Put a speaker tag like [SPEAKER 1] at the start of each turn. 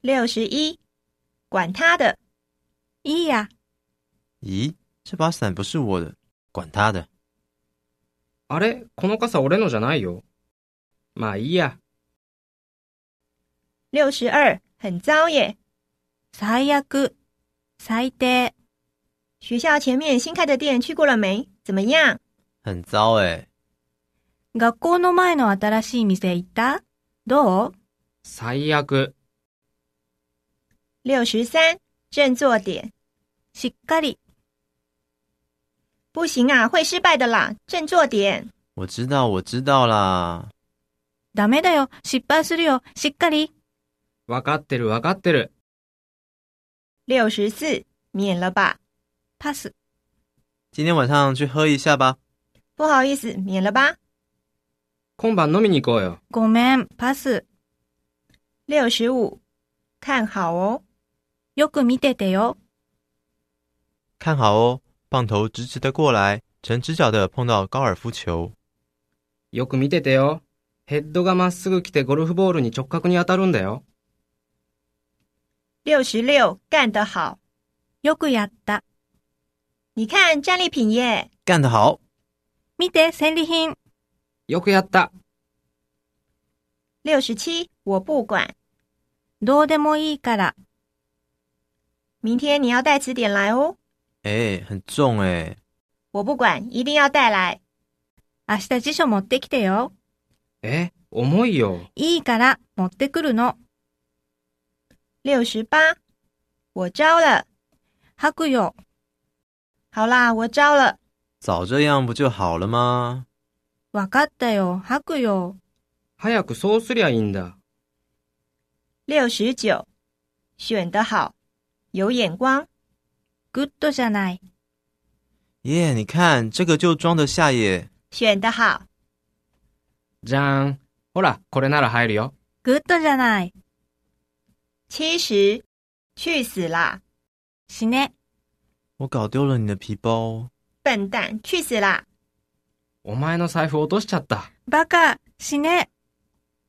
[SPEAKER 1] 六十一，管他的，一呀、
[SPEAKER 2] 咦，这把伞不是我的，管他的。
[SPEAKER 3] あれこの傘俺のじゃないよ。まあいいや。
[SPEAKER 1] 六十二，很糟耶。
[SPEAKER 4] 最悪、最低、
[SPEAKER 1] 学校前面新开的店去过了没？怎么样？
[SPEAKER 2] 很糟欸诶，
[SPEAKER 4] 学校の前の新しい店行ったどう
[SPEAKER 3] 最悪。
[SPEAKER 1] 六十三，振作点，
[SPEAKER 4] しっかり、
[SPEAKER 1] 不行啊，会失败的啦，振作点。
[SPEAKER 2] 我知道，我知道啦。
[SPEAKER 4] ダメだよ、失敗するよ、しっかり、
[SPEAKER 3] わかってるわかってる。
[SPEAKER 1] 六十四，免了吧，
[SPEAKER 4] パス、
[SPEAKER 2] 今天晚上去喝一下吧。
[SPEAKER 1] 不好意思，免了吧。
[SPEAKER 3] 今晩飲みに行こうよ。
[SPEAKER 4] ごめん、パス、
[SPEAKER 1] 六十五，看好哦，
[SPEAKER 4] よく見ててよ、
[SPEAKER 2] 看好哦，棒头直直的过来，呈直角的碰到高尔夫球。
[SPEAKER 3] よく見ててよ。ヘッドがまっすぐ来てゴルフボールに直角に当たるんだよ。
[SPEAKER 1] 六十六，干得好，
[SPEAKER 4] よくやった。
[SPEAKER 1] 你看战利品耶。
[SPEAKER 2] 干得好！
[SPEAKER 4] 見て、戦利品、
[SPEAKER 3] よくやった。
[SPEAKER 1] 六十七，我不管，
[SPEAKER 4] どうでもいいから、
[SPEAKER 1] 明天你要带词典来哦，
[SPEAKER 2] 诶，哎很重欸诶，
[SPEAKER 1] 我不管，一定要带来。
[SPEAKER 4] 明日辞書持ってきてよ。
[SPEAKER 3] え重いよ。
[SPEAKER 4] いいから、持ってくるの。
[SPEAKER 1] 六十八，我招了，
[SPEAKER 4] 吐くよ、
[SPEAKER 1] 好啦，我招了。
[SPEAKER 2] 早这样不就好了吗？
[SPEAKER 4] わかったよ、吐くよ、
[SPEAKER 3] 早くそうすりゃいいんだ。
[SPEAKER 1] 六十九，选得好，有眼光。
[SPEAKER 4] グッドじゃない、
[SPEAKER 2] 耶、你看这个就装得下耶。
[SPEAKER 1] 选得好，
[SPEAKER 3] じゃーん。ほら、これなら入るよ。
[SPEAKER 4] グッドじゃない、
[SPEAKER 1] 七十，去死啦，
[SPEAKER 4] 死ね、
[SPEAKER 2] 我搞丢了你的皮包，
[SPEAKER 1] 笨蛋，去死啦！
[SPEAKER 3] お前の財布落としちゃった。
[SPEAKER 4] バカ、死ね。